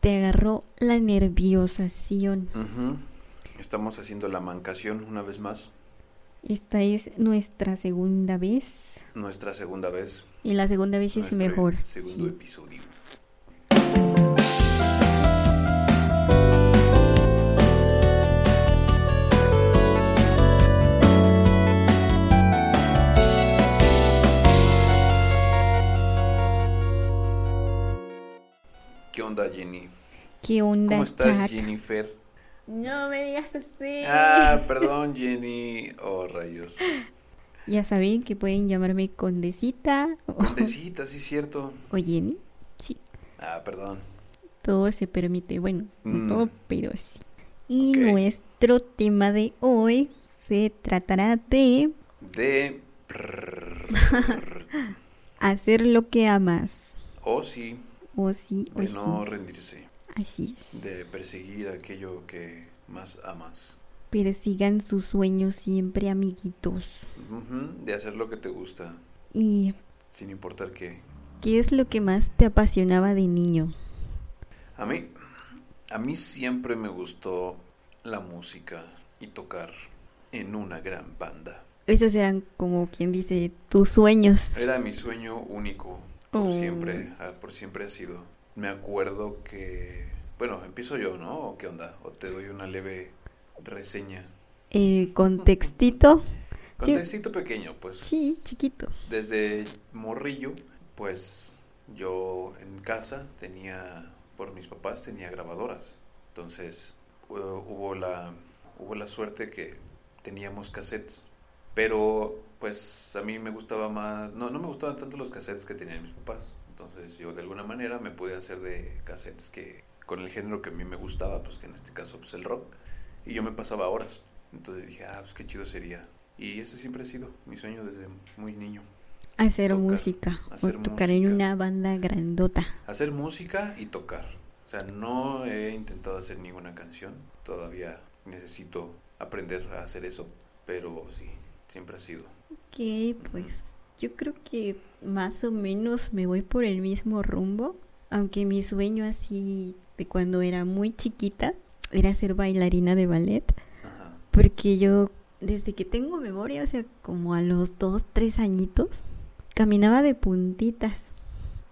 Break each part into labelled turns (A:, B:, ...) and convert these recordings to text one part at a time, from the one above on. A: te agarró la nerviosación.
B: Ujú. Estamos haciendo la mancación una vez más.
A: Esta es nuestra segunda vez
B: Nuestra segunda vez.
A: y la segunda vez es
B: nuestro
A: mejor.
B: Segundo
A: sí.
B: episodio. ¿Qué onda, Jenny?
A: ¿Qué onda,
B: ¿Cómo estás,
A: Chuck?
B: Jennifer?
A: No me digas así.
B: Ah, perdón, Jenny. Oh, rayos.
A: Ya saben que pueden llamarme Condesita o-
B: Condesita, sí, cierto.
A: o Jenny. Sí,
B: Ah, perdón.
A: todo se permite. Bueno, no
B: Mm.
A: todo, pero sí. Y
B: Ok.
A: nuestro tema de hoy se tratará de
B: De.
A: hacer lo que amas.
B: Oh, sí.
A: O sí, o
B: De
A: sí.
B: no rendirse.
A: Así es.
B: De perseguir aquello que más amas.
A: Persigan sus sueños siempre, amiguitos.
B: Ujú, De hacer lo que te gusta.
A: ¿Y
B: Sin importar qué.
A: qué es lo que más te apasionaba de niño?
B: A mí. A mí siempre me gustó la música y tocar en una gran banda.
A: Esos eran como quien dice tus sueños.
B: Era mi sueño único. Por
A: Oh.
B: siempre. ah, Por siempre ha sido. Me acuerdo que. Bueno, empiezo yo, ¿no? ¿O qué onda? ¿O te doy una leve reseña?
A: El contextito, Sí.
B: Contextito pequeño, pues.
A: sí, chiquito.
B: Desde morrillo, pues yo en casa tenía, por mis papás tenía grabadoras. Entonces hu- hubo la, hubo la suerte que teníamos cassettes. Pero pues a mí me gustaba más, no, no me gustaban tanto los cassettes que tenían mis papás. Entonces yo de alguna manera me pude hacer de cassettes que con el género que a mí me gustaba, pues que en este caso pues el rock. Y yo me pasaba horas. Entonces dije, ah, pues qué chido sería. Y ese siempre ha sido mi sueño desde muy niño.
A: Hacer
B: Tocar,
A: música
B: hacer
A: o tocar en
B: música.
A: una banda grandota.
B: Hacer música y tocar. O sea, no he intentado hacer ninguna canción. Todavía necesito aprender a hacer eso. Pero sí, siempre ha sido.
A: Que pues yo creo que más o menos me voy por el mismo rumbo, aunque mi sueño así de cuando era muy chiquita era ser bailarina de ballet.
B: Ajá.
A: Porque yo, desde que tengo memoria, o sea, como a los dos, tres añitos, caminaba de puntitas.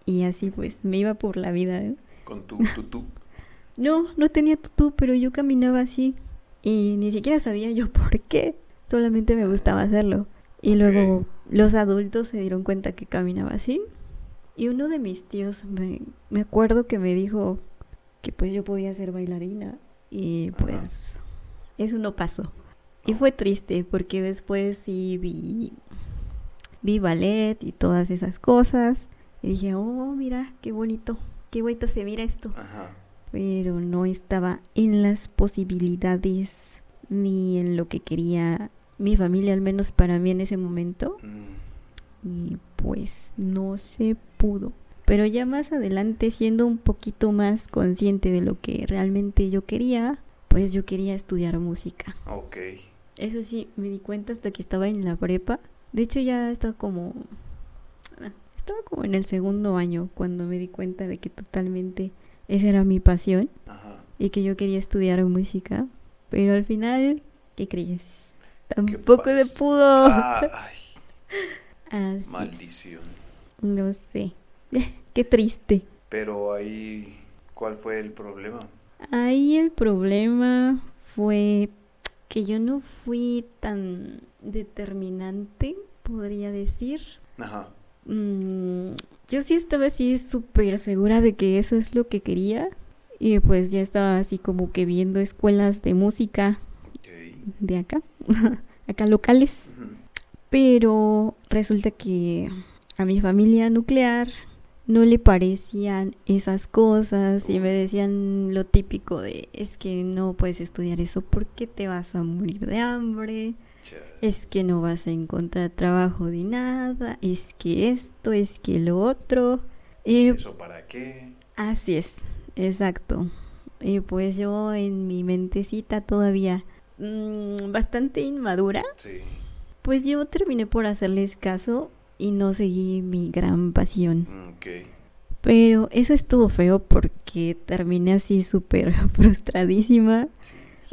A: Y así pues me iba por la vida. ¿eh?
B: Con tu tutú.
A: No, no tenía tutú, pero yo caminaba así. Y ni siquiera sabía yo por qué. Solamente me gustaba hacerlo. Y luego los adultos se dieron cuenta que caminaba así. Y uno de mis tíos, me, me acuerdo que me dijo que pues yo podía ser bailarina. Y
B: Ajá.
A: pues eso no pasó. Y fue triste porque después sí vi, vi ballet y todas esas cosas. Y dije, oh, mira, qué bonito, qué bonito se mira esto
B: Ajá.
A: pero no estaba en las posibilidades ni en lo que quería mi familia, al menos para mí en ese momento,
B: Mm,
A: y pues no se pudo. Pero ya más adelante, siendo un poquito más consciente de lo que realmente yo quería, pues yo quería estudiar música.
B: ok.
A: Eso sí, me di cuenta hasta que estaba en la prepa. De hecho, ya estaba como... ah, Estaba como en el segundo año cuando me di cuenta de que totalmente esa era mi pasión
B: Ajá.
A: y que yo quería estudiar música, pero al final, ¿qué crees? Tampoco
B: pas-
A: se pudo.
B: Ah, ay,
A: Así es,
B: maldición.
A: lo sé. Qué triste.
B: Pero ahí, ¿cuál fue el problema?
A: Ahí el problema fue que yo no fui tan determinante, podría decir.
B: Ajá.
A: Mm, yo sí estaba así súper segura de que eso es lo que quería. Y pues ya estaba así como que viendo escuelas de música
B: Ok.
A: de acá, acá locales.
B: Ujú.
A: Pero resulta que a mi familia nuclear no le parecían esas cosas y me decían lo típico de es que no puedes estudiar eso porque te vas a morir de hambre,
B: Chale.
A: es que no vas a encontrar trabajo de nada, es que esto, es que lo otro. Y
B: ¿Eso para qué?
A: Así es, exacto. Y pues yo en mi mentecita todavía mm, bastante inmadura,
B: Sí.
A: pues yo terminé por hacerles caso y no seguí mi gran pasión.
B: Mm, Ok.
A: Pero eso estuvo feo porque terminé así súper frustradísima,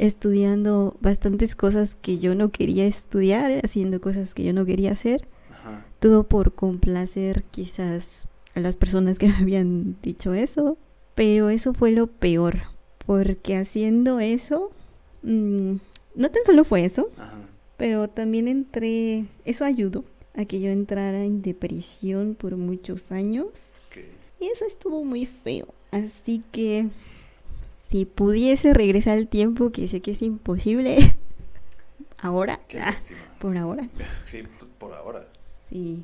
A: estudiando bastantes cosas que yo no quería estudiar, haciendo cosas que yo no quería hacer,
B: Ajá.
A: todo por complacer quizás a las personas que me habían dicho eso. Pero eso fue lo peor, porque haciendo eso, mm, no tan solo fue eso,
B: Ajá.
A: pero también entré, eso ayudó a que yo entrara en depresión por muchos años.
B: Ok.
A: Y eso estuvo muy feo. Así que si pudiese regresar al tiempo, que sé que es imposible, ahora,
B: Qué
A: ah,
B: lástima.
A: por ahora,
B: Sí, p- por ahora.
A: sí,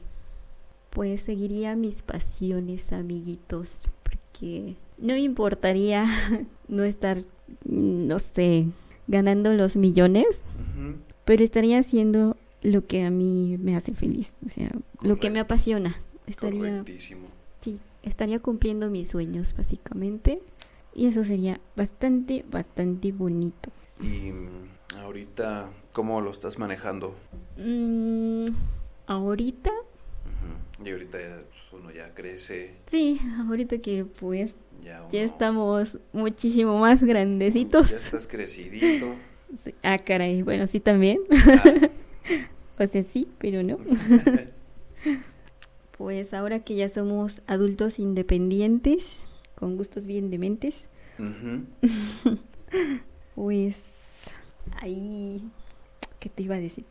A: pues seguiría mis pasiones, amiguitos, porque no me importaría no estar, mm, no sé, ganando los millones,
B: Ujú.
A: pero estaría haciendo lo que a mí me hace feliz, o sea, lo que me
B: Correcto.
A: apasiona. Estaría
B: Correctísimo.
A: Sí, estaría cumpliendo mis sueños, básicamente. Y eso sería bastante, bastante bonito.
B: Y mm, ahorita, ¿cómo lo estás manejando?
A: Mm, ahorita,
B: Ujú. Y ahorita ya, pues, uno ya crece,
A: sí, ahorita que pues
B: ya uno...
A: ya estamos muchísimo más grandecitos.
B: Ya estás crecidito. Ah,
A: Sí, Ah, caray, bueno, sí también. O sea, sí, pero no. Pues ahora que ya somos adultos independientes, con gustos bien dementes,
B: Ujú.
A: pues ahí... ¿Qué te iba a decir?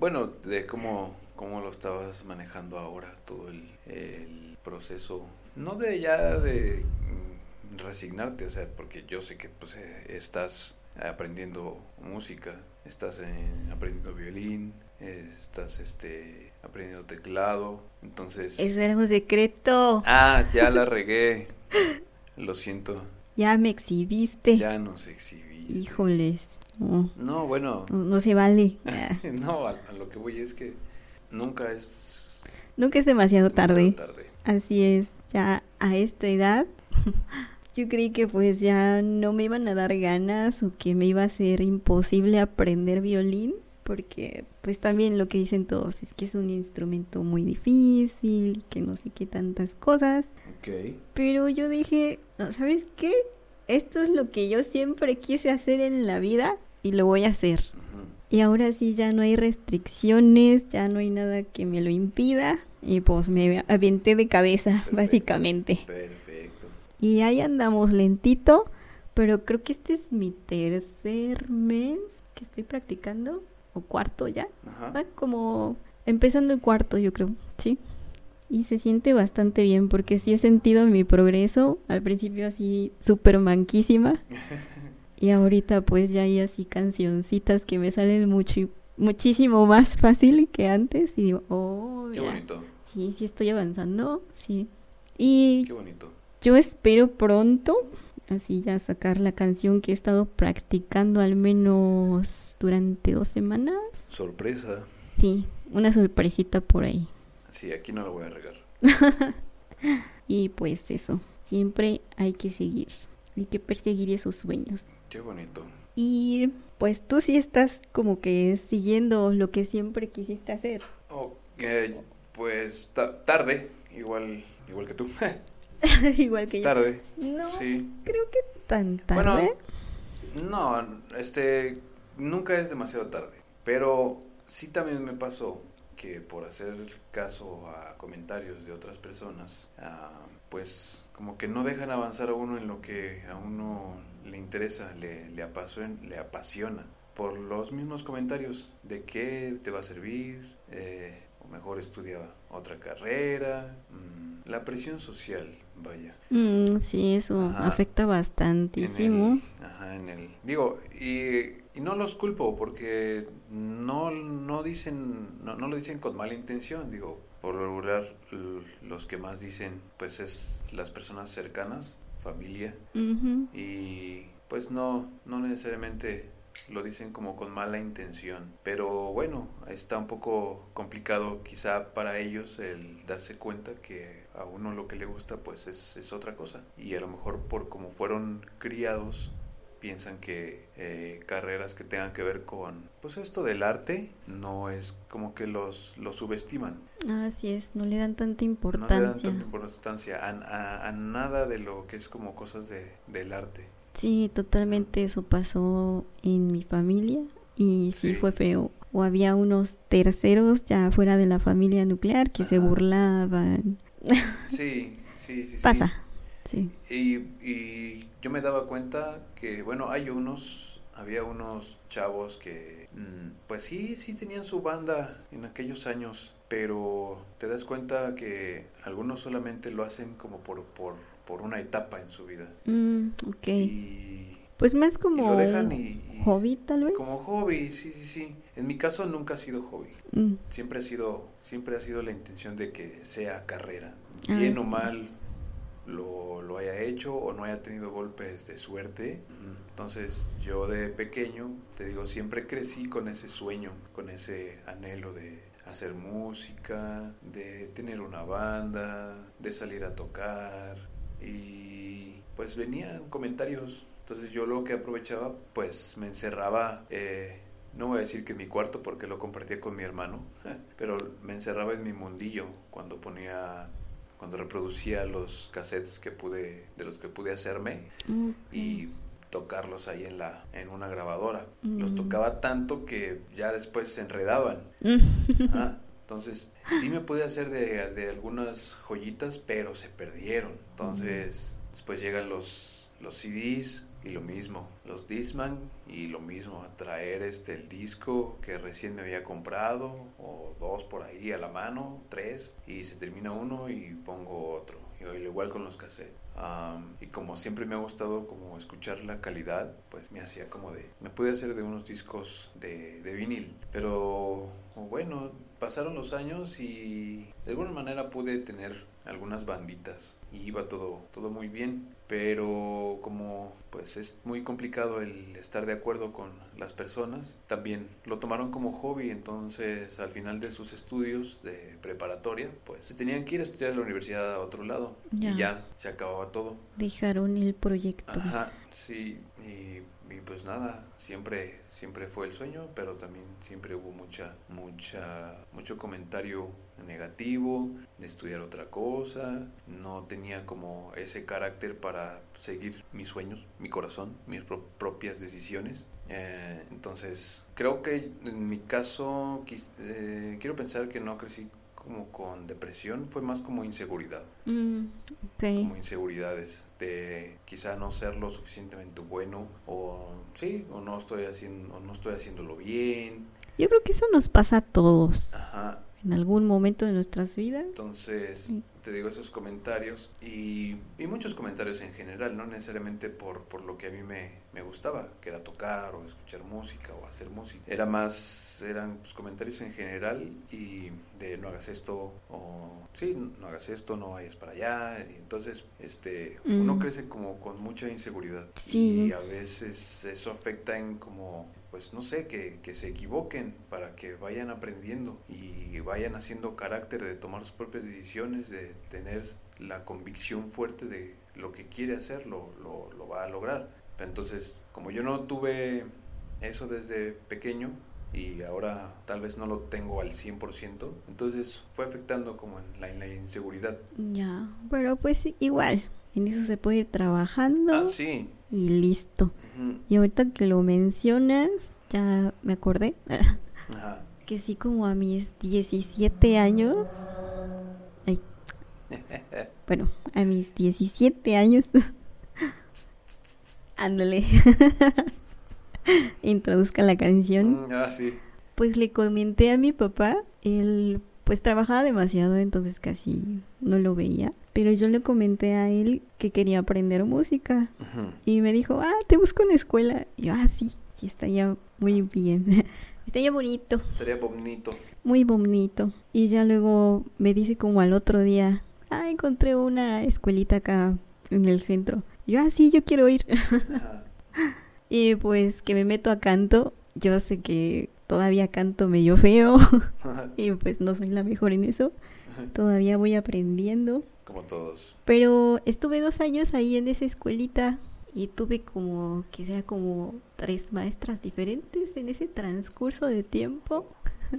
B: Bueno, de cómo, cómo lo estabas manejando ahora, todo el, el proceso, no de ya de mm, resignarte, o sea, porque yo sé que pues, eh, estás aprendiendo música, estás eh, aprendiendo violín, eh, estás este aprendiendo teclado, entonces...
A: Ese era un secreto.
B: Ah, ya la regué, lo siento,
A: Ya me exhibiste.
B: ya nos exhibiste.
A: Híjoles. No,
B: No, bueno,
A: no- no se vale. Ah,
B: no, a, a lo que voy es que nunca es...
A: Nunca es demasiado
B: demasiado
A: tarde.
B: tarde.
A: Así es. Ya a esta edad, yo creí que pues ya no me iban a dar ganas o que me iba a ser imposible aprender violín. Porque pues también lo que dicen todos es que es un instrumento muy difícil, que no sé qué tantas cosas.
B: Ok.
A: Pero yo dije, no, ¿sabes qué? Esto es lo que yo siempre quise hacer en la vida y lo voy a hacer.
B: Ujú.
A: Y ahora sí ya no hay restricciones, ya no hay nada que me lo impida. Y pues me aventé de cabeza,
B: Perfecto.
A: básicamente.
B: Perfecto.
A: Y ahí andamos lentito, pero creo que este es mi tercer mes que estoy practicando, o cuarto ya.
B: Ajá.
A: Va Ah, como empezando el cuarto, yo creo, sí. Y se siente bastante bien porque sí he sentido mi progreso, al principio así súper manquísima. Y ahorita pues ya hay así cancioncitas que me salen mucho, muchísimo más fácil que antes y digo, oh,
B: Qué
A: mira,
B: bonito,
A: sí, sí estoy avanzando, sí. Y
B: qué bonito.
A: yo espero pronto, así ya sacar la canción que he estado practicando al menos durante dos semanas.
B: Sorpresa.
A: Sí, una sorpresita por ahí.
B: Sí, aquí no la voy a regar.
A: Y pues eso, siempre hay que seguir, hay que perseguir esos sueños.
B: Qué bonito.
A: Y pues tú sí estás como que siguiendo lo que siempre quisiste hacer.
B: Ok, pues ta- tarde, igual igual que tú.
A: Igual que yo.
B: tarde,
A: No,
B: sí.
A: creo que tan
B: Bueno,
A: tarde.
B: no, este, nunca es demasiado tarde. Pero sí también me pasó que por hacer caso a comentarios de otras personas, ah, pues como que no dejan avanzar a uno en lo que a uno le interesa, le, le, apasuen- le apasiona. Por los mismos comentarios de qué te va a servir, eh, o mejor estudia otra carrera. mm, la presión social, vaya.
A: Mm, sí, eso
B: Ajá.
A: afecta bastantísimo.
B: En el- ajá, en el. Digo, y, y no los culpo porque no, no dicen, no, no lo dicen con mala intención, digo. Por lo regular, l- los que más dicen, pues es las personas cercanas, familia,
A: Ujú.
B: y pues no, no necesariamente lo dicen como con mala intención, pero bueno, está un poco complicado quizá para ellos el darse cuenta que a uno lo que le gusta pues es, es otra cosa y a lo mejor por como fueron criados piensan que eh, carreras que tengan que ver con, pues esto del arte, no es como que los, los subestiman.
A: Así es, no le dan tanta
B: No le dan
A: importancia.
B: tanta importancia a, a- a nada de lo que es como cosas de, del arte.
A: Sí, totalmente eso pasó en mi familia y sí,
B: Sí.
A: fue feo. O había unos terceros ya fuera de la familia nuclear que se
B: Ajá.
A: burlaban.
B: Sí, sí, sí. sí.
A: Pasa, sí.
B: Y, y yo me daba cuenta que, bueno, hay unos, había unos chavos que, mm, pues sí, sí tenían su banda en aquellos años, pero te das cuenta que algunos solamente lo hacen como por, por, por una etapa en su vida.
A: Mm, ok.
B: Y,
A: pues más
B: y
A: como
B: lo dejan
A: un
B: y, y-
A: hobby tal vez.
B: Como hobby, sí, sí, sí. En mi caso nunca ha sido hobby.
A: Mm,
B: Siempre ha sido, siempre ha sido la intención de que sea carrera.
A: ah,
B: Bien o
A: sí,
B: mal,
A: sí.
B: lo, lo haya hecho o no haya tenido golpes de suerte. Entonces yo de pequeño, te digo, siempre crecí con ese sueño, con ese anhelo de hacer música, de tener una banda, de salir a tocar y pues venían comentarios. Entonces yo lo que aprovechaba, pues me encerraba, eh, no voy a decir que en mi cuarto porque lo compartía con mi hermano, pero me encerraba en mi mundillo cuando ponía cuando reproducía los cassettes que pude de los que pude hacerme
A: Ok.
B: y tocarlos ahí en la en una grabadora
A: Mm.
B: los tocaba tanto que ya después se enredaban
A: Mm.
B: Ajá. entonces sí me pude hacer de, de algunas joyitas pero se perdieron entonces pues, después llegan los los CDs y lo mismo los Discman y lo mismo a traer este el disco que recién me había comprado o dos por ahí a la mano tres y se termina uno y pongo otro y al igual con los cassettes. Am, y como siempre me ha gustado como escuchar la calidad, pues me hacía como de... Me pude hacer de unos discos de, de vinil. Pero bueno, pasaron los años y de alguna manera pude tener algunas banditas y iba todo, todo muy bien. Pero como pues es muy complicado el estar de acuerdo con las personas, también lo tomaron como hobby, entonces al final de sus estudios de preparatoria, pues se tenían que ir a estudiar a la universidad a otro lado
A: Ya.
B: y ya se acababa todo.
A: Dejaron el proyecto.
B: Ajá, sí, y, y pues nada, siempre, siempre fue el sueño, pero también siempre hubo mucha, mucha, mucho comentario negativo, de estudiar otra cosa, no tenía como ese carácter para seguir mis sueños, mi corazón, mis pro- propias decisiones. Eh, entonces, creo que en mi caso, quis- eh, quiero pensar que no crecí como con depresión, fue más como inseguridad
A: Mm, ok.
B: como inseguridades de quizá no ser lo suficientemente bueno o sí o no estoy haciendo o no estoy haciéndolo bien
A: Yo creo que eso nos pasa a todos
B: ajá
A: en algún momento de nuestras vidas.
B: entonces
A: Sí.
B: te digo esos comentarios y, y muchos comentarios en general no necesariamente por, por lo que a mí me, me gustaba que era tocar o escuchar música o hacer música era más eran pues, comentarios en general y de no hagas esto o sí no hagas esto no vayas para allá y entonces este uno
A: Mm.
B: crece crece como con mucha inseguridad.
A: Sí.
B: Y a veces eso afecta en como, pues no sé, que, que se equivoquen para que vayan aprendiendo y vayan haciendo carácter de tomar sus propias decisiones, de tener la convicción fuerte de lo que quiere hacer, lo, lo, lo va a lograr. Entonces, como yo no tuve eso desde pequeño y ahora tal vez no lo tengo al 100%, entonces fue afectando como en la, en la inseguridad.
A: Ya, pero pues sí, igual, en eso se puede ir trabajando
B: Ah, sí.
A: y listo.
B: Ujú.
A: Y ahorita que lo mencionas, ya me acordé
B: Ajá.
A: que sí como a mis 17 años, ay, bueno, a mis 17 años, ándale, introduzca la canción,
B: Mm, Ah, sí.
A: pues le comenté a mi papá, él pues trabajaba demasiado, entonces casi no lo veía, pero yo le comenté a él que quería aprender música.
B: Ujú.
A: Y me dijo, ah, te busco una escuela. Y yo, ah, sí, sí, estaría muy bien. estaría bonito,
B: Estaría bonito.
A: muy bonito. Y ya luego me dice como al otro día, ah, encontré una escuelita acá en el centro. Y yo, ah, sí, yo quiero ir.
B: Ajá.
A: y pues que me meto a canto. Yo sé que todavía canto medio feo y pues no soy la mejor en eso. Todavía voy aprendiendo.
B: Como todos.
A: Pero estuve dos años ahí en esa escuelita Y tuve como, que sea como tres maestras diferentes en ese transcurso de tiempo.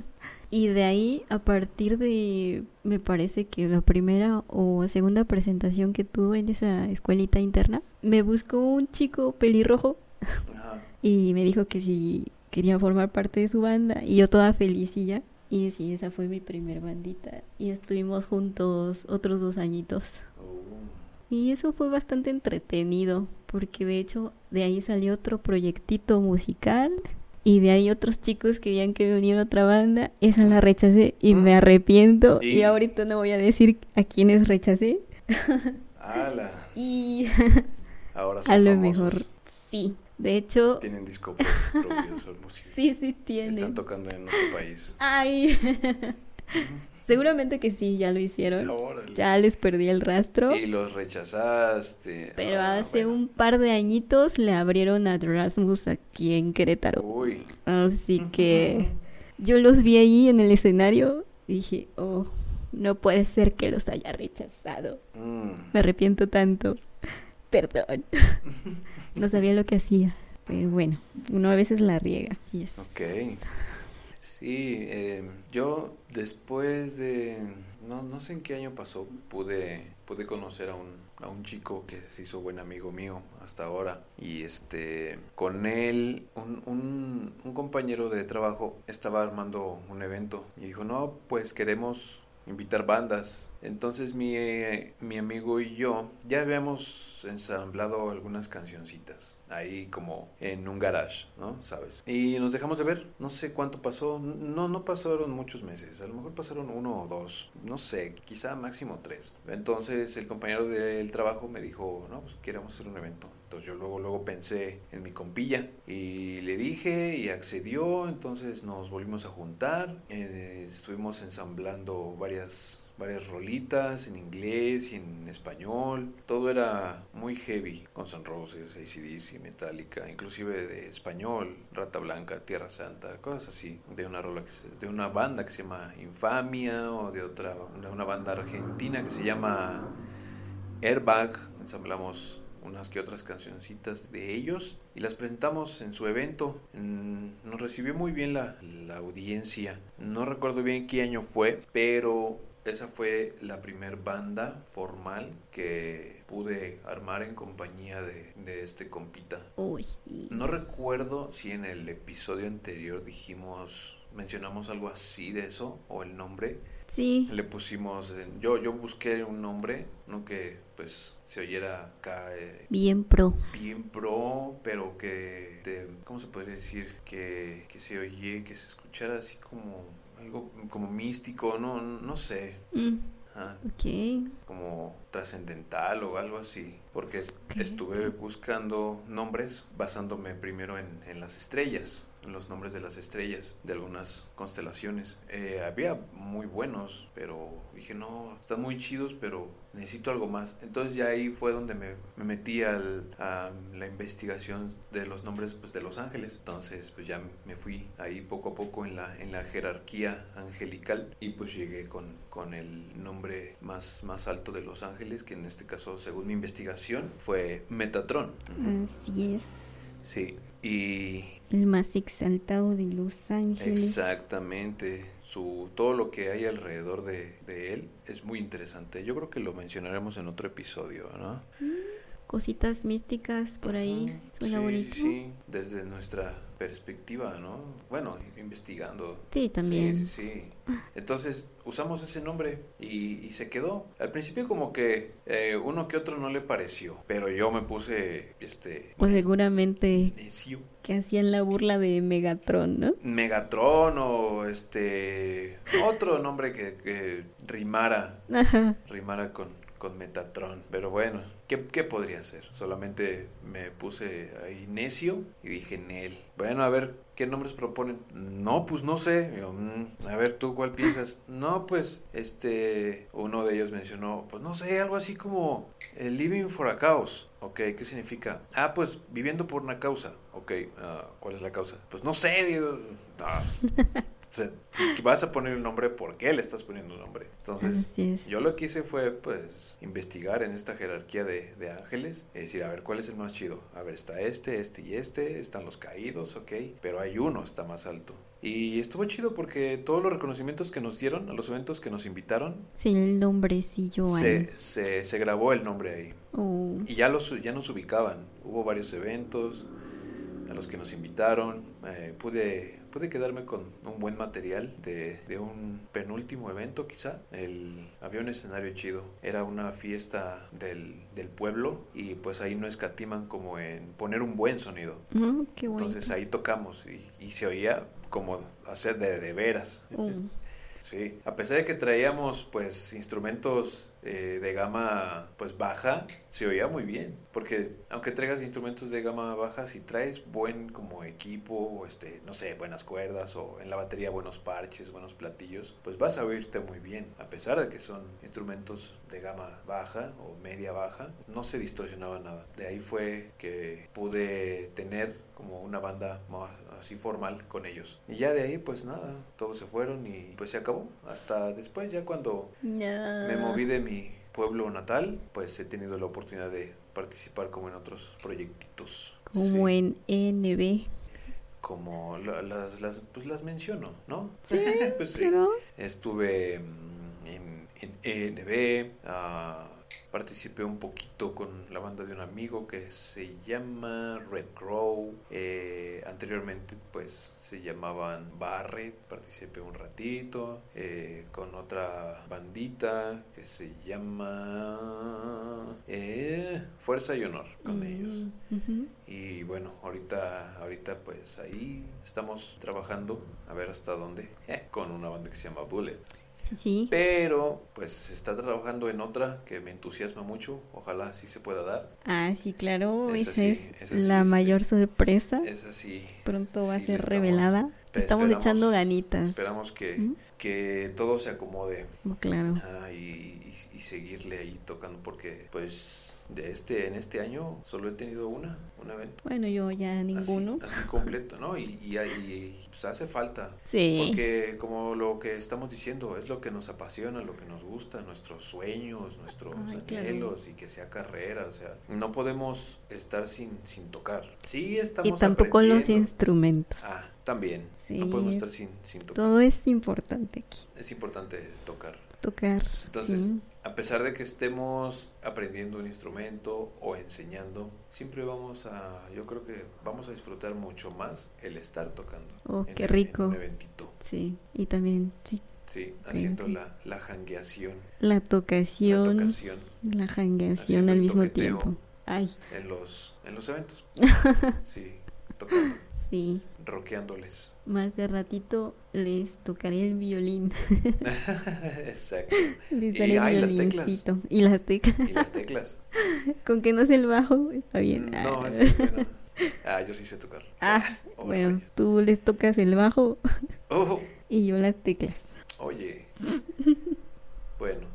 A: y de ahí, a partir de, me parece que la primera o segunda presentación que tuve en esa escuelita interna, me buscó un chico pelirrojo
B: Ajá.
A: y me dijo que si quería formar parte de su banda y yo toda felicilla. Y sí, esa fue mi primer bandita y estuvimos juntos otros dos añitos.
B: Oh,
A: Y eso fue bastante entretenido porque de hecho de ahí salió otro proyectito musical y de ahí otros chicos querían que me uniera a otra banda. Esa la rechacé y me
B: Mm.
A: arrepiento
B: Y-
A: y ahorita no voy a decir a quiénes rechacé.
B: ala.
A: Y
B: Ahora son
A: a lo
B: famosos.
A: mejor sí. De hecho,
B: Tienen disco pro- propio, son músicos.
A: sí, sí tienen.
B: Están tocando en otro país.
A: Ay. Seguramente que sí, ya lo hicieron.
B: Órale.
A: Ya les perdí el rastro.
B: Y los rechazaste.
A: Pero
B: Ah,
A: hace
B: bueno.
A: un par de añitos le abrieron a Erasmus aquí en Querétaro.
B: Uy.
A: Así que yo los vi ahí en el escenario y dije, oh, no puede ser que los haya rechazado.
B: Mm.
A: Me arrepiento tanto. Perdón. No sabía lo que hacía. Pero bueno, uno a veces la riega. Así es.
B: Ok. Sí, eh, yo después de... No, no sé en qué año pasó, pude, pude conocer a un, a un chico que se hizo buen amigo mío hasta ahora. Y este, con él, un, un, un compañero de trabajo estaba armando un evento y dijo, no, pues queremos invitar bandas. Entonces mi, eh, mi amigo y yo ya habíamos ensamblado algunas cancioncitas, ahí como en un garage, ¿no? ¿Sabes? Y nos dejamos de ver, no sé cuánto pasó, no, no pasaron muchos meses, a lo mejor pasaron uno o dos, no sé, quizá máximo tres. Entonces el compañero del trabajo me dijo, no, pues queremos hacer un evento. Entonces yo luego, luego pensé en mi compilla y le dije y accedió, entonces nos volvimos a juntar, eh, estuvimos ensamblando varias varias rolitas en inglés y en español. Todo era muy heavy, con San Roses, ACDC, Metallica, inclusive de español, Rata Blanca, Tierra Santa, cosas así. De una rola que se- de una banda que se llama Infamia o de otra una, una banda argentina que se llama Airbag. Ensamblamos unas que otras cancioncitas de ellos y las presentamos en su evento. Mm, Nos recibió muy bien la, la audiencia. No recuerdo bien qué año fue, pero esa fue la primer banda formal que pude armar en compañía de, de este compita.
A: Uy, sí.
B: No recuerdo si en el episodio anterior dijimos, mencionamos algo así de eso o el nombre,
A: Sí.
B: le pusimos, eh, yo, yo busqué un nombre, no que pues se oyera acá eh,
A: Bien pro.
B: bien pro, pero que, te- ¿cómo se podría decir? Que, que se oye, que se escuchara así como algo como místico, no, no sé,
A: Mm,
B: ajá,
A: ok.
B: como trascendental o algo así, porque es-
A: Ok.
B: estuve buscando nombres basándome primero en, en las estrellas, en los nombres de las estrellas, de algunas constelaciones. Eh, había muy buenos, pero dije, no, están muy chidos, pero necesito algo más. Entonces ya ahí fue donde me, me metí al- a la investigación de los nombres pues, de los ángeles. Entonces pues ya me fui ahí poco a poco en la, en la jerarquía angelical y pues llegué con, con el nombre más, más alto de los ángeles, que en este caso, según mi investigación, fue Metatron.
A: Mm.
B: Ujú.
A: Así es.
B: Sí, y
A: El más exaltado de los ángeles.
B: Exactamente. Su, todo lo que hay alrededor de, de él es muy interesante. Yo creo que lo mencionaremos en otro episodio, ¿no?
A: Cositas místicas por ahí.
B: Ujú.
A: Suena
B: Sí,
A: bonito.
B: Sí, sí, desde nuestra perspectiva, ¿no? Bueno, investigando.
A: Sí, también.
B: Sí, sí, sí. Entonces usamos ese nombre y, y se quedó. Al principio como que eh, uno que otro no le pareció, pero yo me puse, este,
A: O seguramente
B: necio.
A: que hacían la burla de Megatron, ¿no?
B: Megatron o este otro nombre que, que rimara,
A: Ajá.
B: rimara con, con Metatron. Pero bueno, ¿qué, qué podría ser? Solamente me puse ahí necio y dije Nel. Bueno, a ver, ¿qué nombres proponen? No, pues no sé. Y yo, "Mm, a ver, ¿tú cuál piensas? No, pues este, uno de ellos mencionó, pues no sé, algo así como eh, Living for a Cause. Ok, ¿qué significa? Ah, pues viviendo por una causa. Ok, ah, ¿cuál es la causa? Pues no sé, digo, "Ah, o sea, si vas a poner el nombre, ¿por qué le estás poniendo el nombre? Entonces,
A: Así es.
B: yo lo que hice fue, pues, investigar en esta jerarquía de de, de ángeles y decir, a ver, ¿cuál es el más chido? A ver, está este, este y este, están los caídos, ok, pero hay uno, está más alto. Y estuvo chido porque todos los reconocimientos que nos dieron, a los eventos que nos invitaron,
A: Sí, el nombrecillo ahí.
B: se, se, se grabó el nombre ahí.
A: Oh,
B: Y ya, los, ya nos ubicaban. Hubo varios eventos a los que nos invitaron. Eh, pude, pude quedarme con un buen material de, de un penúltimo evento, quizá. El, había un escenario chido. Era una fiesta del, del pueblo y pues ahí no escatiman como en poner un buen sonido.
A: Ah, qué bueno.
B: Entonces ahí tocamos y, y se oía como hacer de, de veras.
A: Oh,
B: Sí, a pesar de que traíamos pues instrumentos eh, de gama pues baja, se oía muy bien, porque aunque traigas instrumentos de gama baja, si traes buen como equipo, o este, no sé, buenas cuerdas o en la batería buenos parches, buenos platillos, pues vas a oírte muy bien, a pesar de que son instrumentos de gama baja o media baja, no se distorsionaba nada. De ahí fue que pude tener como una banda más así formal con ellos. Y ya de ahí pues nada, todos se fueron y pues se acabó. Hasta después ya cuando
A: nah.
B: me moví de mi pueblo natal, pues he tenido la oportunidad de participar como en otros proyectitos.
A: Como
B: Sí,
A: en NB.
B: Como la- las, las, pues las menciono, ¿no?
A: Sí,
B: Pues sí.
A: Pero
B: Estuve mm, en, en ENB, ah, participé un poquito con la banda de un amigo que se llama Red Crow. eh, anteriormente, pues se llamaban Barret, participé un ratito eh, con otra bandita que se llama eh, Fuerza y Honor con ellos.
A: Mm, ujú.
B: Y bueno, ahorita, ahorita pues ahí estamos trabajando, a ver hasta dónde, eh, con una banda que se llama Bullet.
A: Sí, sí.
B: Pero pues se está trabajando en otra que me entusiasma mucho, ojalá sí se pueda dar.
A: Ah, sí, claro.
B: Esa
A: Esa
B: sí,
A: es
B: esa sí,
A: la
B: sí.
A: mayor sorpresa.
B: Es así.
A: Pronto va
B: sí,
A: a ser
B: le estamos-
A: revelada.
B: Pe-
A: Estamos
B: esperamos-
A: echando ganitas.
B: Esperamos que,
A: ¿Mm?
B: que todo se acomode
A: Oh, Claro.
B: ajá, y, y- y seguirle ahí tocando porque pues de este en este año solo he tenido una, un evento.
A: Bueno, yo ya
B: Así-
A: ninguno.
B: Así, completo, ¿no? Y, y, ahí, pues, hace falta.
A: Sí.
B: Porque como lo que estamos diciendo es lo que nos apasiona, lo que nos gusta, nuestros sueños, nuestros
A: Ay, claro.
B: anhelos y que sea carrera, o sea, no podemos estar sin, sin tocar. Sí, estamos
A: Y tampoco los
B: aprendiendo.
A: instrumentos.
B: Ah, también.
A: Sí.
B: No podemos estar sin, sin tocar.
A: Todo es importante aquí.
B: Es importante tocar.
A: Tocar.
B: Entonces,
A: sí.
B: a pesar de que estemos aprendiendo un instrumento o enseñando, siempre vamos a, yo creo que vamos a disfrutar mucho más el estar tocando.
A: Oh,
B: en
A: qué
B: un-
A: rico.
B: En un eventito,
A: Sí, y también, sí,
B: sí, haciendo
A: ok.
B: la, la jangueación,
A: la
B: la
A: tocación,
B: tocación
A: la jangueación
B: Haciendo
A: al
B: el
A: mismo
B: toqueteo.
A: tiempo. Ay,
B: en los, en los eventos. Sí, tocando,
A: sí,
B: rockeándoles.
A: más de ratito les tocaré el violín.
B: Exacto.
A: Les
B: Y,
A: daré el
B: ay, las teclas.
A: violincito. Y las teclas.
B: Y las teclas.
A: Con que no es el bajo, está bien.
B: Mm, No,
A: Ah.
B: es bueno. Ah, yo sí sé tocar.
A: Ah,
B: Oh,
A: bueno,
B: rayos.
A: tú les tocas el bajo
B: Oh,
A: y yo las teclas.
B: Oye. bueno.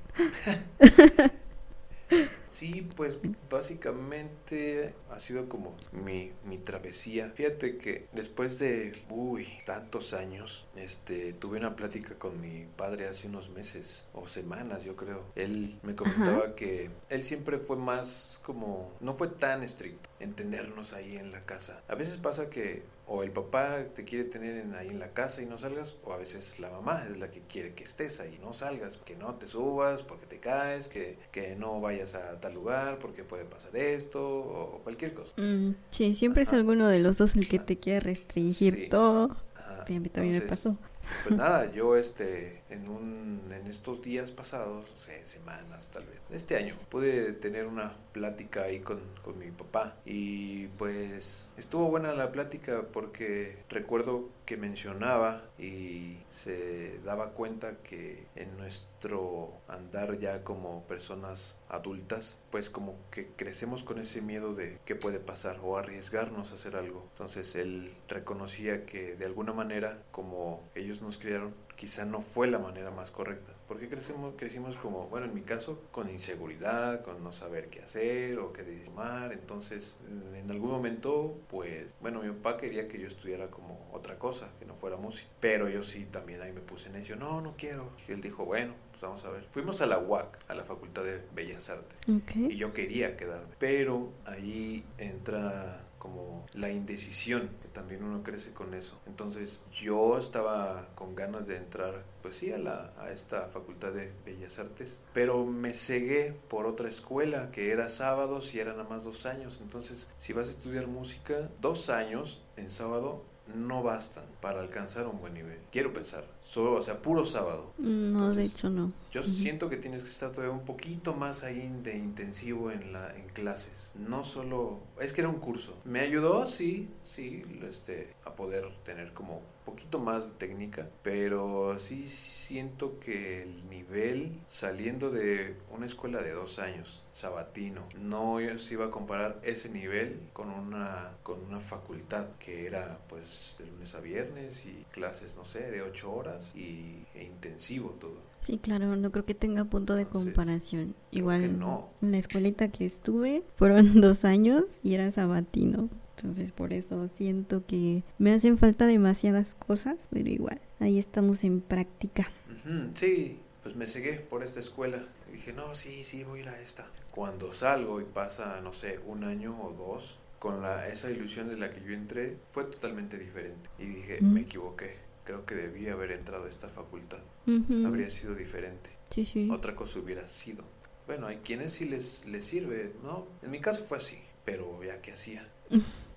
B: sí, pues básicamente ha sido como mi, mi travesía. Fíjate que después de, uy, tantos años, este, tuve una plática con mi padre hace unos meses o semanas, yo creo. Él me comentaba que él siempre fue más como, no fue tan estricto en tenernos ahí en la casa. A veces pasa que o el papá te quiere tener en- ahí en la casa y no salgas, o a veces la mamá es la que quiere que estés ahí, no salgas, que no te subas porque te caes, que, que no vayas a tal lugar porque puede pasar esto o cualquier cosa.
A: Mm, sí, siempre es
B: Ajá.
A: alguno de los dos el que te quiere restringir
B: Sí.
A: todo.
B: Ajá,
A: Sí, a mí también me
B: entonces,
A: pasó.
B: Pues nada, yo este en un en estos días pasados, no sé, semanas tal vez, este año pude tener una plática ahí con, con mi papá y pues estuvo buena la plática porque recuerdo que mencionaba y se daba cuenta que en nuestro andar ya como personas adultas, pues como que crecemos con ese miedo de qué puede pasar o arriesgarnos a hacer algo. Entonces él reconocía que de alguna manera, como ellos nos criaron, quizá no fue la manera más correcta. Porque crecimos, crecimos como, bueno, en mi caso, con inseguridad, con no saber qué hacer o qué tomar. Entonces, en algún momento, pues, bueno, mi papá quería que yo estudiara como otra cosa, que no fuera música. Pero yo sí también ahí me puse necio, no, no quiero. Y él dijo, bueno, pues vamos a ver. Fuimos a la UAC, a la Facultad de Bellas Artes.
A: Ok.
B: Y yo quería quedarme. Pero ahí entra como la indecisión, que también uno crece con eso. Entonces yo estaba con ganas de entrar, pues sí, a, la, a esta facultad de Bellas Artes, pero me cegué por otra escuela que era sábados y era nada más dos años. Entonces si vas a estudiar música, dos años en sábado no bastan para alcanzar un buen nivel. Quiero pensar, solo, o sea, puro sábado.
A: Mm, No, de
B: Entonces,
A: hecho no.
B: Yo
A: Ujú.
B: siento que tienes que estar todavía un poquito más ahí de intensivo en, la, en clases. No solo... Es que era un curso. Me ayudó, sí, sí, este, a poder tener como un poquito más de técnica. Pero sí siento que el nivel saliendo de una escuela de dos años, sabatino, no se iba a comparar ese nivel con una, con una facultad que era pues de lunes a viernes y clases, no sé, de ocho horas y, e intensivo todo.
A: Sí, claro, no creo que tenga punto de
B: Entonces,
A: comparación.
B: que
A: Igual
B: no.
A: en la escuelita que estuve fueron dos años y era sabatino. Entonces por eso siento que me hacen falta demasiadas cosas, pero igual, ahí estamos en práctica.
B: Ujú, sí, pues me seguí por esta escuela. Y dije, no, sí, sí, voy a ir a esta. Cuando salgo y pasa, no sé, un año o dos, con la, esa ilusión de la que yo entré, fue totalmente diferente. Y dije,
A: Mm.
B: me equivoqué. Creo que debí haber entrado a esta facultad.
A: Ujú.
B: Habría sido diferente.
A: Sí, Mm. sí.
B: Otra cosa hubiera sido. Bueno, hay quienes sí les, les sirve, ¿no? En mi caso fue así, pero ya que hacía.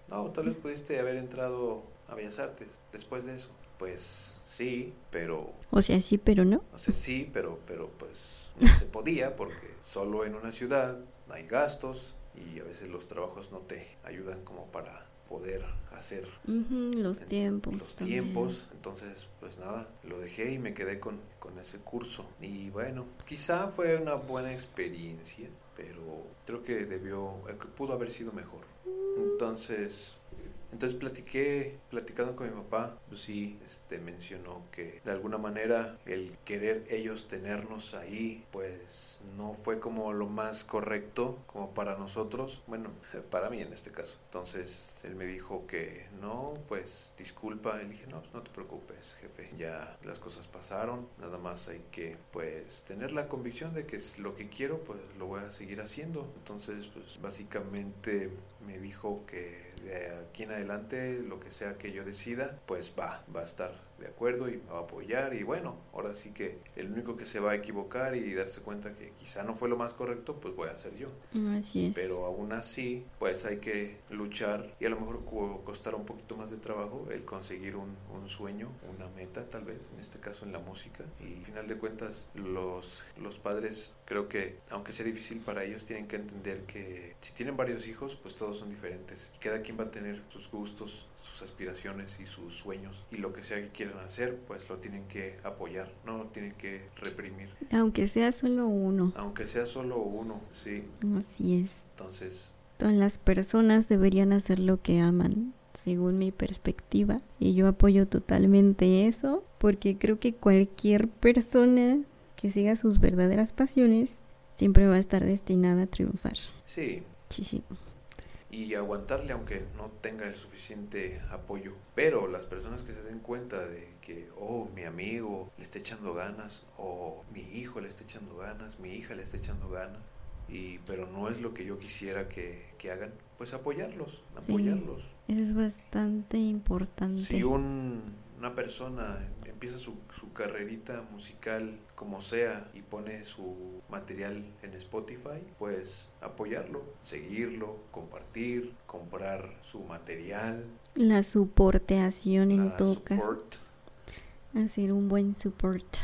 B: No, tal vez pudiste haber entrado a Bellas Artes después de eso. Pues sí, pero
A: O sea, sí, pero no.
B: o sea, sí, pero, pero pues no se podía porque solo en una ciudad hay gastos y a veces los trabajos no te ayudan como para poder hacer
A: Ujú, los
B: en-
A: tiempos.
B: los
A: Pues también.
B: tiempos. Entonces, pues nada, lo dejé y me quedé con, con ese curso. Y bueno, quizá fue una buena experiencia, pero creo que debió, eh, que pudo haber sido mejor. Entonces, entonces platiqué, platicando con mi papá, pues sí, este, mencionó que de alguna manera el querer ellos tenernos ahí, pues no fue como lo más correcto como para nosotros, bueno, para mí en este caso. Entonces él me dijo que no, pues disculpa, él dije, no, pues no te preocupes, jefe, ya las cosas pasaron, nada más hay que, pues, tener la convicción de que es lo que quiero, pues lo voy a seguir haciendo. Entonces, pues básicamente me dijo que de eh, aquí en adelante, lo que sea que yo decida, pues va, va a estar de acuerdo y me va a apoyar. Y bueno, ahora sí que el único que se va a equivocar y darse cuenta que quizá no fue lo más correcto, pues voy a ser yo.
A: Así es.
B: Pero aún así, pues hay que luchar y a lo mejor cu- costará un poquito más de trabajo el conseguir un, un sueño, una meta tal vez, en este caso en la música. Y al final de cuentas, los, los padres creo que, aunque sea difícil para ellos, tienen que entender que si tienen varios hijos, pues todos son diferentes. Y cada quien va a tener sus gustos, sus aspiraciones y sus sueños. Y lo que sea que quieran hacer, pues lo tienen que apoyar, no lo tienen que reprimir.
A: Aunque sea solo uno.
B: Aunque sea solo uno, sí.
A: Así es.
B: Entonces,
A: Todas las personas deberían hacer lo que aman, según mi perspectiva. Y yo apoyo totalmente eso, porque creo que cualquier persona que siga sus verdaderas pasiones siempre va a estar destinada a triunfar.
B: sí,
A: Sí, sí.
B: y aguantarle aunque no tenga el suficiente apoyo. Pero las personas que se den cuenta de que, oh, mi amigo le está echando ganas, o mi hijo le está echando ganas, mi hija le está echando ganas, y, pero no es lo que yo quisiera que, que hagan, pues apoyarlos,
A: Sí.
B: apoyarlos.
A: Eso es bastante importante.
B: Si un- una persona empieza su, su carrerita musical como sea y pone su material en Spotify, pues apoyarlo, seguirlo, compartir, comprar su material,
A: La soporteación en
B: la
A: todo caso.
B: support.
A: Hacer un buen support.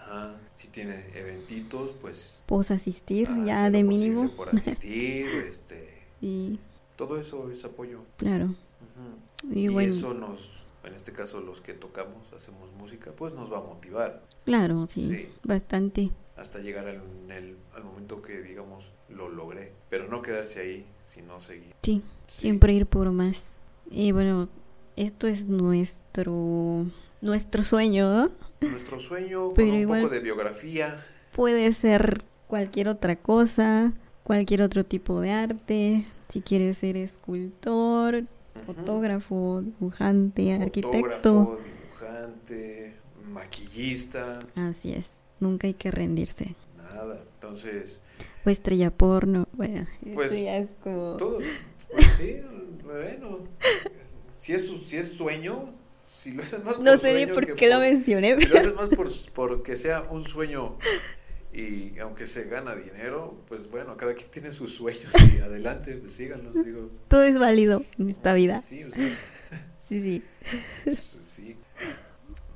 B: Ajá. Si tiene eventitos, pues
A: Pues asistir
B: ah,
A: ya
B: hacer lo
A: de
B: posible
A: mínimo.
B: por asistir, este,
A: Sí,
B: todo eso es apoyo.
A: claro.
B: Ujú.
A: Y,
B: y
A: bueno,
B: eso nos, en este caso los que tocamos, hacemos música, pues nos va a motivar.
A: claro, sí,
B: Sí.
A: bastante.
B: hasta llegar al, el- al momento que digamos lo logré, pero no quedarse ahí, sino seguir.
A: Sí.
B: Sí.
A: Siempre ir por más. Y bueno, esto es nuestro Nuestro sueño, ¿no?
B: Nuestro sueño con
A: Pero
B: un
A: igual-
B: poco de biografía.
A: Puede ser cualquier otra cosa, cualquier otro tipo de arte. Si quieres ser escultor,
B: Ujú.
A: fotógrafo, dibujante, arquitecto.
B: Fotógrafo, dibujante, maquillista,
A: Así es. Nunca hay que rendirse.
B: nada. Entonces,
A: O estrella porno. Bueno,
B: Pues,
A: esto ya es como-
B: todos, pues sí, bueno, si es, su- si es sueño, si lo haces más
A: No
B: por
A: sé ni
B: sueño
A: por
B: que
A: qué lo mencioné,
B: Si lo
A: pero
B: haces más por, porque sea un sueño y aunque se gana dinero, pues bueno, cada quien tiene sus sueños y adelante, pues síganlos, digo.
A: todo es válido en esta vida.
B: Sí, o sea,
A: Sí, sí.
B: s- sí.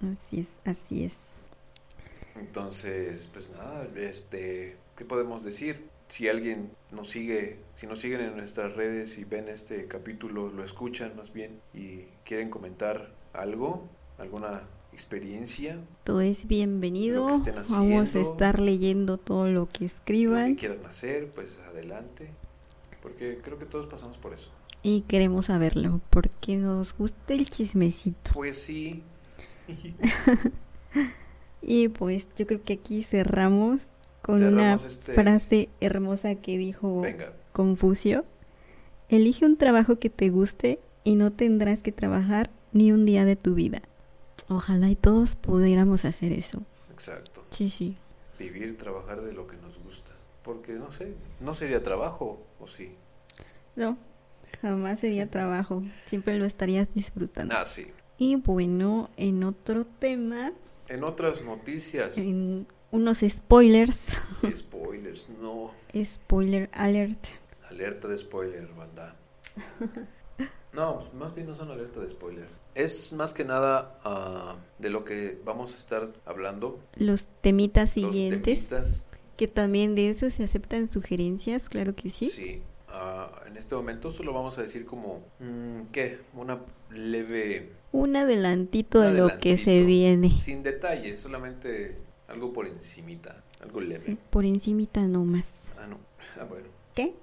A: Así es, así es.
B: Entonces, pues nada, este, ¿qué podemos decir? Si alguien nos sigue, si nos siguen en nuestras redes y ven este capítulo, lo escuchan más bien y quieren comentar algo, alguna experiencia,
A: Todo es bienvenido.
B: Lo que estén
A: Vamos a
B: haciendo.
A: estar leyendo todo lo que
B: lo que
A: escriban
B: quieran hacer, pues adelante. Porque creo que todos pasamos por eso.
A: y queremos saberlo porque nos gusta el chismecito.
B: Pues sí.
A: Y pues yo creo que aquí cerramos con
B: Cerramos
A: una
B: este-
A: frase hermosa que dijo
B: Venga.
A: Confucio. Elige un trabajo que te guste y no tendrás que trabajar ni un día de tu vida. Ojalá y todos pudiéramos hacer eso.
B: Exacto.
A: Sí, sí.
B: Vivir, trabajar de lo que nos gusta. Porque no sé, no sería trabajo, ¿o sí?
A: No, jamás sería trabajo. Siempre lo estarías disfrutando.
B: Ah, sí.
A: Y bueno, en otro tema,
B: En otras noticias,
A: en unos spoilers,
B: spoilers, no.
A: spoiler alert.
B: Alerta de spoiler, banda. No, pues, más bien no son alerta de spoilers. Es más que nada ah, de lo que vamos a estar hablando.
A: Los temitas
B: los
A: siguientes,
B: temitas.
A: que también de eso se aceptan sugerencias, claro que sí.
B: Sí. Ah, en este momento solo vamos a decir como, mm, ¿qué? Una leve
A: Un adelantito
B: Un
A: de lo que se
B: adelantito.
A: viene.
B: Sin detalles, solamente algo por encimita, algo leve.
A: Por encimita nomás.
B: Ah, no. Ah, bueno.
A: ¿Qué?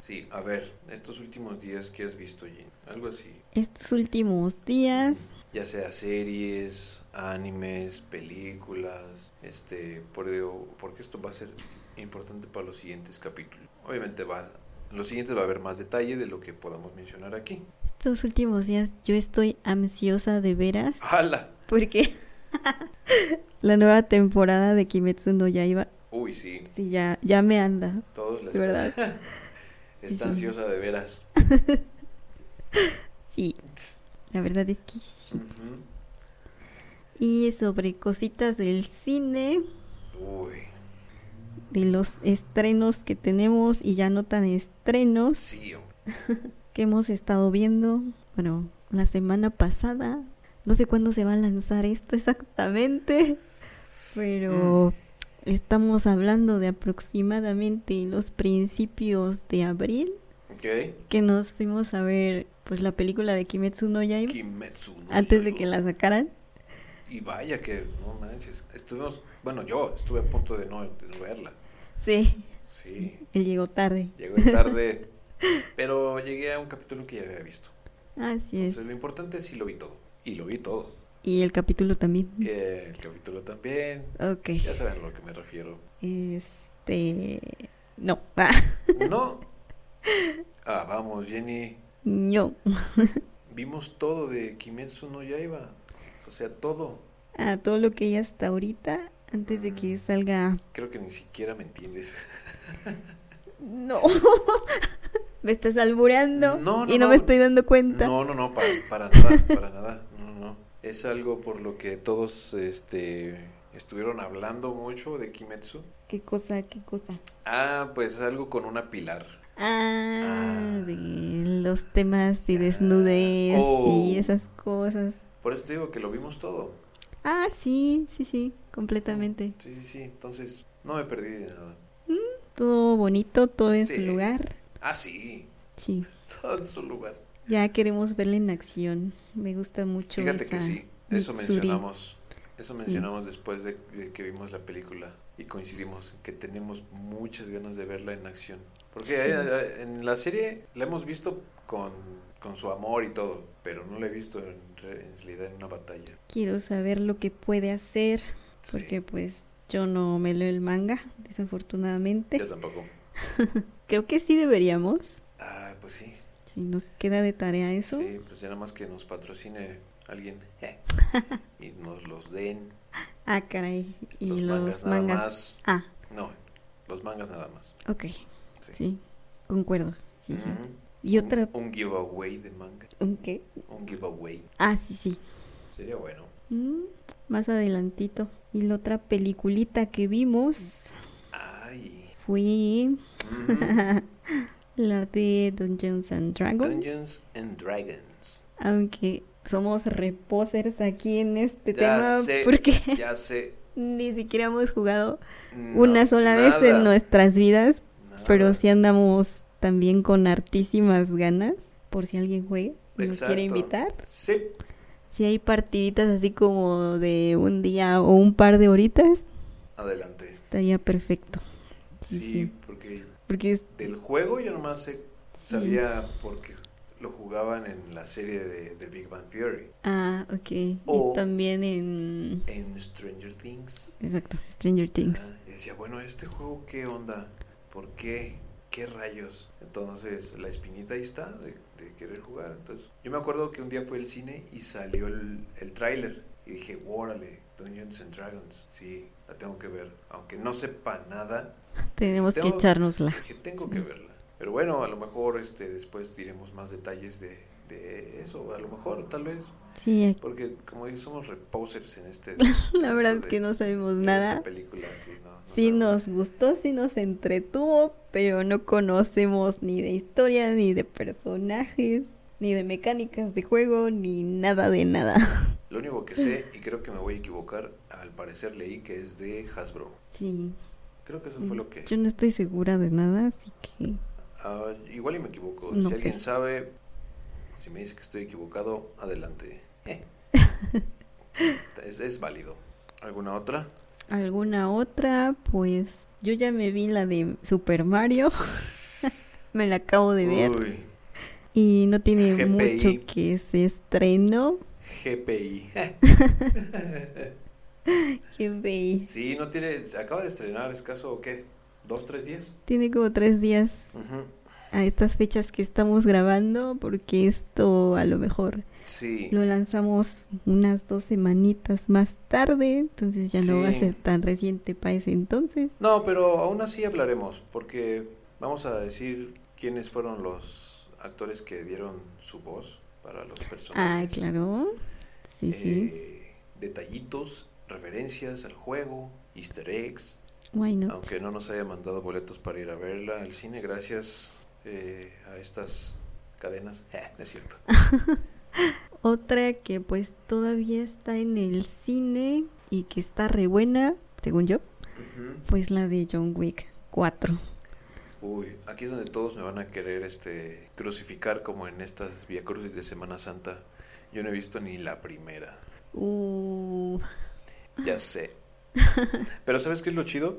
B: Sí, a ver, estos últimos días que has visto, Jin, algo así.
A: Estos últimos días,
B: Ya sea series, animes, películas, este, por- porque esto va a ser importante para los siguientes capítulos. Obviamente va, en los siguientes va a haber más detalle de lo que podamos mencionar aquí.
A: estos últimos días yo estoy ansiosa de veras
B: ¡Hala!
A: porque la nueva temporada de Kimetsu no Yaiba
B: Uy, sí,
A: Sí, ya, ya me anda.
B: todos les...
A: De verdad. Sí, sí.
B: Está ansiosa de veras.
A: Sí, la verdad es que sí.
B: Ujú.
A: Y sobre cositas del cine,
B: Uy,
A: de los estrenos que tenemos y ya no tan estrenos
B: sí, hombre.
A: que hemos estado viendo. Bueno, la semana pasada, no sé cuándo se va a lanzar esto exactamente, pero estamos hablando de aproximadamente los principios de abril
B: Ok.
A: que nos fuimos a ver pues la película de Kimetsu no Yaiba
B: Kimetsu no
A: antes de
B: Yaiba.
A: que la sacaran.
B: Y vaya que, no manches, estuvimos, bueno, yo estuve a punto de no, de no verla,
A: Sí,
B: sí,
A: Él llegó tarde.
B: llegó tarde, pero llegué a un capítulo que ya había visto.
A: Así es.
B: Entonces lo importante es si lo vi todo, y lo vi todo.
A: Y el capítulo también.
B: Eh, El capítulo también,
A: Ok.
B: ya saben a lo que me refiero.
A: Este. No. Ah,
B: No, ah, vamos, Jenny,
A: no.
B: vimos todo de Kimetsu no Yaiba, o sea, todo.
A: A todo lo que hay hasta ahorita, antes de que
B: Mm.
A: salga.
B: Creo que ni siquiera me entiendes.
A: No. me estás albureando.
B: No, no,
A: y no,
B: no.
A: me estoy dando cuenta.
B: No, no, no, para, para nada, para nada, no, no, no. Es algo por lo que todos este, estuvieron hablando mucho de Kimetsu.
A: ¿Qué cosa? ¿Qué cosa?
B: Ah, pues algo con una pilar.
A: Ah,
B: Ah.
A: de los temas de
B: Ya.
A: desnudez
B: Oh.
A: y esas cosas.
B: Por eso te digo que lo vimos todo.
A: Ah, sí, sí, sí, completamente.
B: Sí, sí, sí, entonces no me perdí de nada.
A: Todo bonito, todo en su
B: Sí.
A: lugar.
B: Ah, sí,
A: Sí.
B: todo en su lugar.
A: Ya queremos verla en acción. Me gusta mucho.
B: Fíjate
A: esa
B: que sí, eso
A: Mitsuri.
B: mencionamos. Eso mencionamos después de, de que vimos la película y coincidimos que tenemos muchas ganas de verla en acción. Porque eh, en la serie la hemos visto con, con su amor y todo, pero no la he visto en, re- en realidad en una batalla.
A: Quiero saber lo que puede hacer,
B: Sí,
A: porque pues yo no me leo el manga, desafortunadamente.
B: Yo tampoco.
A: Creo que sí deberíamos,
B: Ah, pues sí.
A: si nos queda de tarea eso.
B: Sí, pues ya nada más que nos patrocine alguien. eh, y nos los den.
A: Ah, caray. Y
B: los
A: los,
B: mangas nada
A: mangas.
B: más.
A: Ah,
B: No, los mangas nada más.
A: ok,
B: Sí.
A: sí, concuerdo. sí, sí.
B: Ujú.
A: Y
B: Un-
A: otra,
B: Un, giveaway de manga.
A: ¿un qué?
B: Un giveaway.
A: Ah, sí, sí.
B: Sería bueno.
A: Mm, más adelantito. Y la otra peliculita que vimos
B: Ay. Mm.
A: fue
B: Ujú.
A: la de Dungeons and Dragons.
B: Dungeons and Dragons.
A: Aunque somos reposers aquí en este
B: Ya
A: tema
B: sé.
A: porque
B: Ya sé.
A: ni siquiera hemos jugado
B: no,
A: una sola vez en
B: nada,
A: nuestras vidas,
B: nada.
A: pero sí andamos también con hartísimas ganas por si alguien juega y nos quiere
B: Exacto.
A: invitar.
B: Sí.
A: Si hay partiditas así como de un día o un par de horitas,
B: Adelante.
A: estaría perfecto. Sí,
B: Sí,
A: sí.
B: porque
A: Porque es-
B: del juego yo nomás sé-
A: sí.
B: sabía porque lo jugaban en la serie de, de Big Bang Theory.
A: Ah, ok. Y
B: O-
A: también en...
B: En Stranger Things.
A: Exacto, Stranger Things.
B: Ajá, y decía, bueno, ¿este juego qué onda? ¿Por qué? ¿Qué rayos? Entonces, la espinita ahí está de, de querer jugar. Entonces, yo me acuerdo que un día fue al cine y salió el, el tráiler. Y dije, órale, Dungeons and Dragons. Sí, la tengo que ver. Aunque no sepa nada,
A: Tenemos que
B: Tengo-
A: echárnosla.
B: dije, tengo que verla. Pero bueno, a lo mejor este, después diremos más detalles de, de eso. A lo mejor, tal vez.
A: Sí, aquí-
B: Porque, como dije, somos reposers en este...
A: La verdad es que no sabemos nada.
B: Esta película, sí, no, no
A: Sí
B: sabemos.
A: nos gustó, sí nos entretuvo, pero no conocemos ni de historia, ni de personajes, ni de mecánicas de juego, ni nada de nada.
B: Lo único que sé, y creo que me voy a equivocar, al parecer leí que es de Hasbro.
A: Sí,
B: Creo que eso fue lo que...
A: yo no estoy segura de nada, así que
B: Ah, igual y me equivoco.
A: No
B: si
A: sé.
B: alguien sabe, si me dice que estoy equivocado, adelante. Eh. Sí, es, es válido. ¿Alguna otra?
A: alguna otra, pues yo ya me vi la de Super Mario, me la acabo de ver
B: Uy,
A: y no tiene
B: GPI.
A: mucho que se estrenó.
B: GPI.
A: Qué bello.
B: sí, no tiene... se Acaba de estrenar, escaso, ¿qué? ¿Dos, tres días?
A: Tiene como tres días
B: Ujú.
A: a estas fechas que estamos grabando, porque esto a lo mejor
B: Sí.
A: lo lanzamos unas dos semanitas más tarde, entonces ya no va a
B: Sí.
A: ser tan reciente para ese entonces.
B: No, pero aún así hablaremos, porque vamos a decir quiénes fueron los actores que dieron su voz para los
A: Ah,
B: personajes.
A: claro. Sí, sí.
B: Eh, Detallitos, referencias al juego, easter eggs.
A: Why not?
B: Aunque no nos haya mandado boletos para ir a verla al cine, gracias eh, a estas cadenas. Eh, no es cierto.
A: Otra que pues todavía está en el cine y que está re buena, según yo,
B: Ujú.
A: pues la de John Wick 4.
B: Uy, aquí es donde todos me van a querer este crucificar como en estas Via Crucis de Semana Santa. Yo no he visto ni la primera.
A: Uh,
B: Ya sé. Pero ¿sabes qué es lo chido?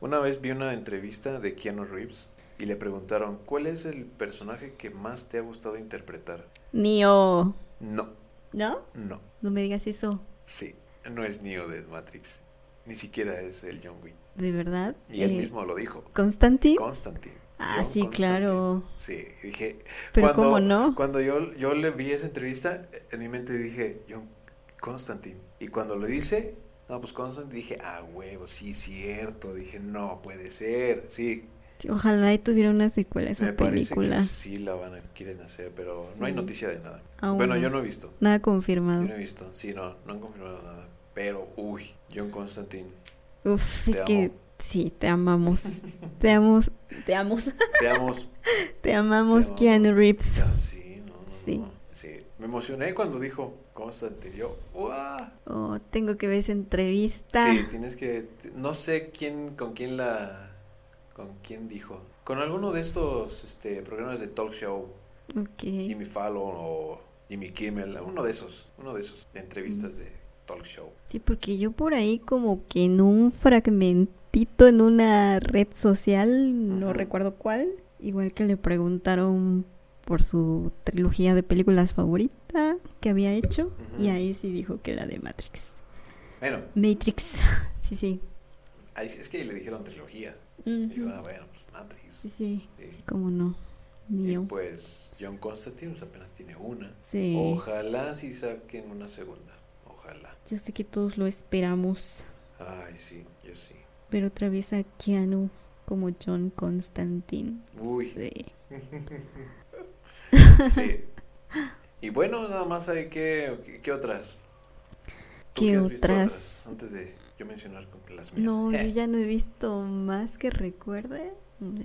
B: Una vez vi una entrevista de Keanu Reeves y le preguntaron, ¿cuál es el personaje que más te ha gustado interpretar?
A: Neo.
B: No,
A: ¿No?
B: no,
A: No me digas eso.
B: sí, no es Neo de Matrix, ni siquiera es el John Wick.
A: ¿De verdad?
B: Y él
A: Eh,
B: mismo lo dijo,
A: ¿Constantine?
B: Constantine.
A: Ah,
B: John
A: sí,
B: Constantine.
A: claro.
B: Sí, y dije,
A: Pero
B: cuando,
A: cómo no.
B: cuando yo, yo le vi esa entrevista, en mi mente dije, John Constantine. Y cuando lo dice, no, pues Constantine, dije, ah, huevo, sí, cierto. Dije, no, puede ser. Sí,
A: Sí, Ojalá y tuviera una secuela esa
B: me parece
A: película.
B: que sí la van a, quieren hacer, pero no hay
A: Sí.
B: noticia de nada.
A: Aún
B: bueno,
A: no. Ah.
B: yo no he visto.
A: Nada
B: Yo
A: confirmado.
B: no he visto. Sí, no, no han confirmado nada. Pero, uy, John Constantine,
A: Uf,
B: Te
A: es que
B: amo.
A: sí, te amamos. te amamos, te amamos,
B: te amo.
A: te amamos,
B: Te
A: Keanu
B: amamos.
A: Reeves.
B: Ah, sí, no, no,
A: Sí.
B: no. Sí, me emocioné cuando dijo Constantine. Yo, ¡guau!
A: Oh, tengo que ver esa entrevista.
B: Sí, tienes que. t- No sé quién, con quién la. Con quién dijo. Con alguno de estos este, programas de talk show.
A: Ok.
B: Jimmy Fallon o Jimmy Kimmel. Uno de esos. Uno de esos. De entrevistas de talk show.
A: Sí, porque yo por ahí como que en un fragmentito en una red social, no
B: Ujú.
A: recuerdo cuál, Igual que le preguntaron por su trilogía de películas favorita que había hecho
B: Ujú.
A: y ahí sí dijo que la de Matrix.
B: Bueno,
A: Matrix, sí, sí.
B: ahí- es que le dijeron trilogía.
A: Ujú.
B: Dijo, ah, bueno, pues Matrix.
A: Sí, sí,
B: Sí.
A: sí, cómo no.
B: Y
A: Mío.
B: pues John Constantine pues, apenas tiene una.
A: Sí.
B: Ojalá sí saquen una segunda. Ojalá.
A: Yo sé que todos lo esperamos,
B: Ay, sí, yo sí.
A: pero otra vez a Keanu como John Constantine.
B: Uy.
A: Sí.
B: Sí. Y bueno, nada más hay que... ¿Qué, qué otras? ¿Tú
A: ¿Qué
B: has visto
A: otras?
B: Antes de yo mencionar con- las mías.
A: No, yo
B: Eh,
A: ya no he visto más que recuerde.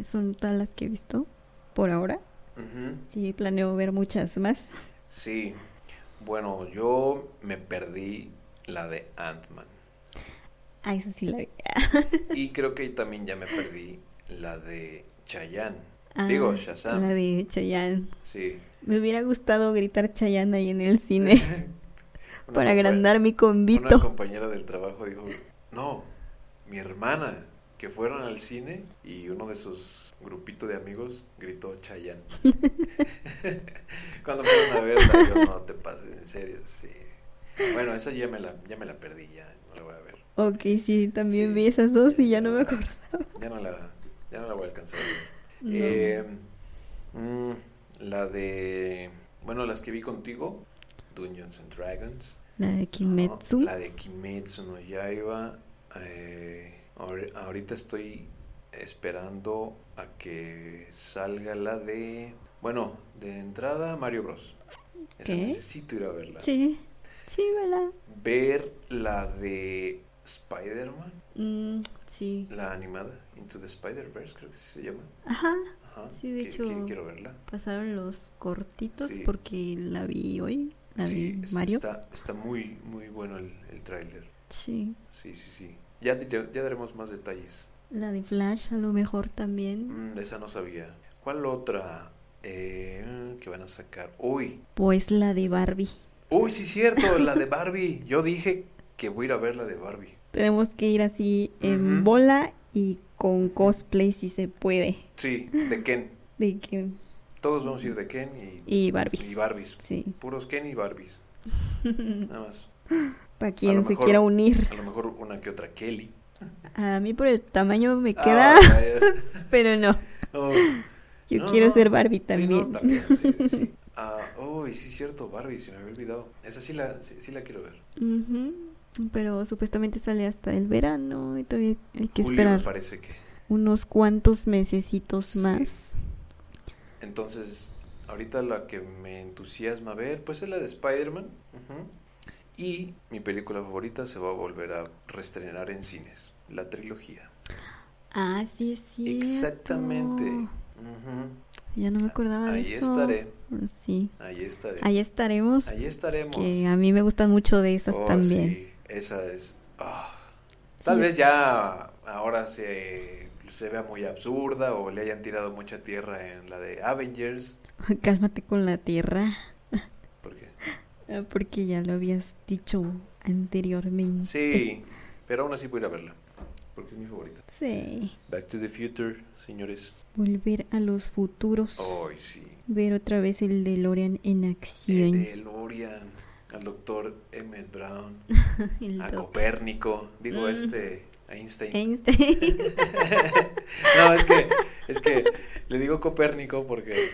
A: Son todas las que he visto por ahora.
B: ujú.
A: Sí, planeo ver muchas más.
B: Sí. Bueno, yo me perdí la de Ant-Man.
A: Ah, esa sí la vi.
B: Y creo que también ya me perdí la de Chayanne.
A: Ah,
B: Digo, Shazam.
A: La de Chayanne.
B: Sí.
A: Me hubiera gustado gritar Chayanne ahí en el cine
B: Una
A: para
B: compa-
A: agrandar mi
B: Una
A: convito.
B: compañera del trabajo dijo, no, mi hermana, que fueron al cine y uno de sus grupitos de amigos gritó Chayanne. Cuando fueron a verla, yo no te pases, en serio, sí. Bueno, esa ya me la, ya me la perdí, ya no la voy a ver.
A: Ok, sí, también
B: Sí.
A: vi esas dos y ya no me acuerdo.
B: Ya no la, ya no la voy a alcanzar a ver.
A: No.
B: Eh, mm, la de, bueno, las que vi contigo, Dungeons and Dragons.
A: La de Kimetsu.
B: No, la de Kimetsu no Yaiba. eh, ahori- ahorita estoy esperando a que salga la de. Bueno, de entrada Mario Bros. Esa
A: Ok.
B: necesito ir a verla.
A: Sí, sí, ¿verdad?
B: Ver la de Spider-Man,
A: Mm, sí.
B: la animada, Into the Spider-Verse, creo que sí se llama.
A: Ajá,
B: Ajá,
A: Sí, de
B: que- que
A: hecho,
B: quiero verla.
A: pasaron los cortitos
B: Sí.
A: porque la vi hoy, la
B: Sí,
A: de
B: es-
A: Mario.
B: Está, está muy, muy bueno el, el tráiler.
A: Sí.
B: Sí, sí, sí. Ya, ya, ya daremos más detalles.
A: La de Flash a lo mejor también.
B: Mm, de esa no sabía. ¿Cuál otra? Eh, que van a sacar. Uy,
A: Pues la de Barbie.
B: uy, sí, cierto, la de Barbie. Yo dije que voy a ir a ver la de Barbie.
A: Tenemos que ir así en
B: Ujú.
A: bola y con cosplay si se puede.
B: Sí, de Ken.
A: De que...
B: Todos vamos a ir de Ken y,
A: Y Barbie.
B: y Barbies.
A: Sí.
B: Puros Ken y Barbies. Nada más.
A: Para quien se
B: mejor-
A: quiera unir.
B: A lo mejor una que otra Kelly.
A: A mí por el tamaño me
B: Ah,
A: queda,
B: ya, ya.
A: pero no.
B: No,
A: Yo
B: No,
A: quiero
B: no.
A: ser Barbie
B: Sí,
A: también.
B: no, también. sí, sí. Ah, uy, sí, cierto, Barbie, se me había olvidado. Esa sí la, sí, sí la quiero ver.
A: Ujú. Pero supuestamente sale hasta el verano y todavía hay que
B: Julio, me
A: esperar
B: parece que.
A: unos cuantos mesecitos
B: Sí.
A: más.
B: Entonces, ahorita la que me entusiasma ver, pues es la de Spider-Man. Ujú. Y mi película favorita se va a volver a restrenar en cines, la trilogía.
A: Ah, sí, sí.
B: Exactamente. Ujú.
A: Ya no me acordaba de
B: Ahí
A: Ah, eso.
B: estaré,
A: Pues Sí.
B: ahí estaré.
A: Ahí estaremos.
B: Ahí estaremos.
A: Que a mí me gustan mucho de esas
B: Oh,
A: también.
B: sí, esa es... ah. Tal
A: Sí.
B: vez ya ahora se, se vea muy absurda o le hayan tirado mucha tierra en la de Avengers.
A: Cálmate con la tierra.
B: Porque...
A: Ah, Porque ya lo habías dicho anteriormente.
B: Sí, pero aún así voy a ir a verla, porque es mi favorita.
A: Sí.
B: Back to the Future, señores.
A: Volver a los futuros.
B: Ay, sí.
A: Ver otra vez el DeLorean en
B: Oh. El
A: acción.
B: DeLorean, al doctor Emmett Brown,
A: El
B: a
A: Doc
B: Copérnico, digo
A: Mm.
B: este, a Einstein.
A: Einstein.
B: no, es que, es que le digo Copérnico porque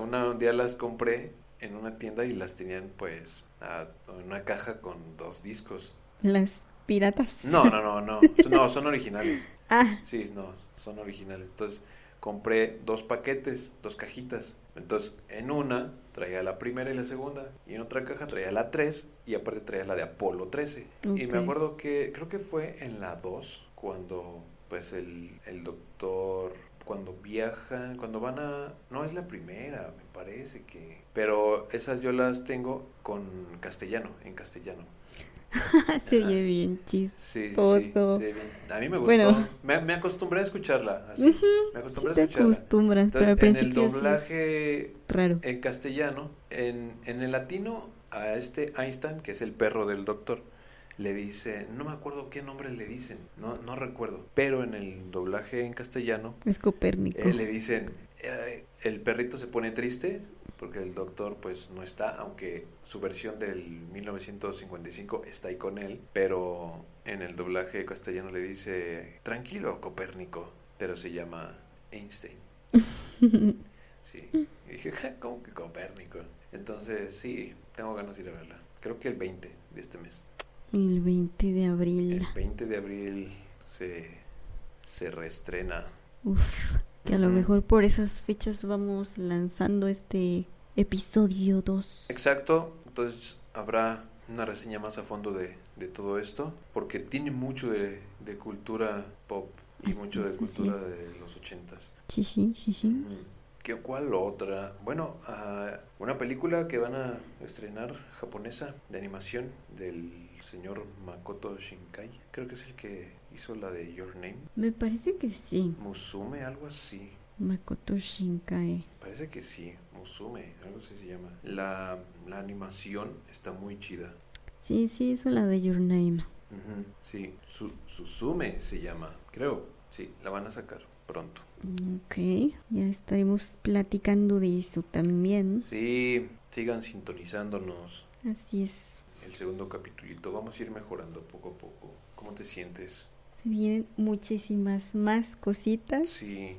B: una, un día las compré en una tienda y las tenían pues a- en una caja con dos discos.
A: Las piratas.
B: No, no, no, no, no, son originales.
A: Ah,
B: Sí, no, son originales. Entonces compré dos paquetes, dos cajitas. Entonces en una traía la primera y la segunda. Y en otra caja traía la 3 y aparte traía la de Apolo 13. Y me
A: Ok.
B: acuerdo que creo que fue en la 2 cuando pues el, el doctor... Cuando viajan, cuando van a... No es la primera, me parece que... Pero esas yo las tengo con castellano, en castellano.
A: se oye bien chis.
B: Sí, sí, sí,
A: Todo.
B: sí, bien. A mí me gustó.
A: Bueno.
B: Me, me acostumbré a escucharla así. Me
A: Sí
B: acostumbré
A: te
B: a escucharla.
A: acostumbras,
B: Entonces,
A: pero al
B: en el
A: principio sí es
B: doblaje eh,
A: raro.
B: en castellano, en, en el latino, a este Einstein, que es el perro del doctor, le dice, no me acuerdo qué nombre le dicen, no, no recuerdo, pero en el doblaje en castellano,
A: Es Copérnico.
B: eh, le dicen, eh, el perrito se pone triste porque el doctor pues no está, aunque su versión del 1955 está ahí con él, pero en el doblaje castellano le dice, tranquilo Copérnico, pero se llama Einstein. Sí, y dije, "Ja, ¿cómo que Copérnico? Entonces sí, tengo ganas de ir a verla. Creo que el 20 de este mes.
A: El 20 de
B: El
A: abril.
B: 20 de abril se, se reestrena.
A: Uf, que a lo
B: Ujú.
A: mejor por esas fechas vamos lanzando este episodio 2.
B: Exacto, entonces habrá una reseña más a fondo de, de todo esto, porque tiene mucho de, de cultura pop y
A: Así
B: mucho de
A: es, así
B: cultura de los ochentas.
A: Sí, sí, sí, sí.
B: Ujú. ¿Qué, ¿Cuál otra? Bueno, ah, una película que van a estrenar japonesa de animación del señor Makoto Shinkai. Creo que es el que hizo la de Your Name.
A: Me parece que sí.
B: Musume, algo así.
A: Makoto Shinkai.
B: Parece que sí, Musume, algo así se llama. La, la animación está muy chida.
A: Sí, sí, hizo la de Your Name.
B: Ujú, Sí, Su- Susume se llama, creo. Sí, la van a sacar pronto.
A: Ok, ya estaremos platicando de eso también.
B: Sí, sigan sintonizándonos.
A: Así es.
B: El segundo capitulito, vamos a ir mejorando poco a poco. ¿Cómo te sientes?
A: Se vienen muchísimas más cositas.
B: Sí,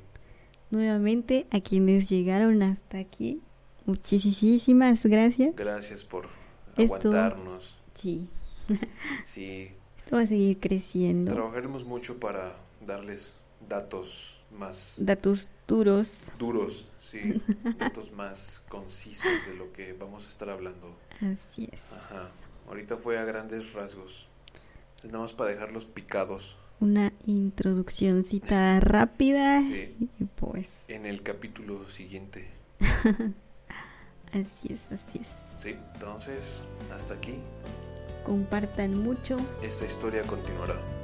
A: Nuevamente, a quienes llegaron hasta aquí, muchísimas gracias.
B: gracias por
A: Esto-
B: aguantarnos.
A: Sí,
B: Sí,
A: esto va a seguir creciendo.
B: trabajaremos mucho para darles datos más
A: Datos duros.
B: duros, sí, datos más concisos de lo que vamos a estar hablando.
A: Así es.
B: Ajá. Ahorita fue a grandes rasgos. Es nada más para dejarlos picados.
A: Una introduccióncita rápida.
B: Sí.
A: Y pues,
B: En el capítulo siguiente.
A: así es, así es.
B: Sí, entonces, hasta aquí.
A: Compartan mucho.
B: Esta historia continuará.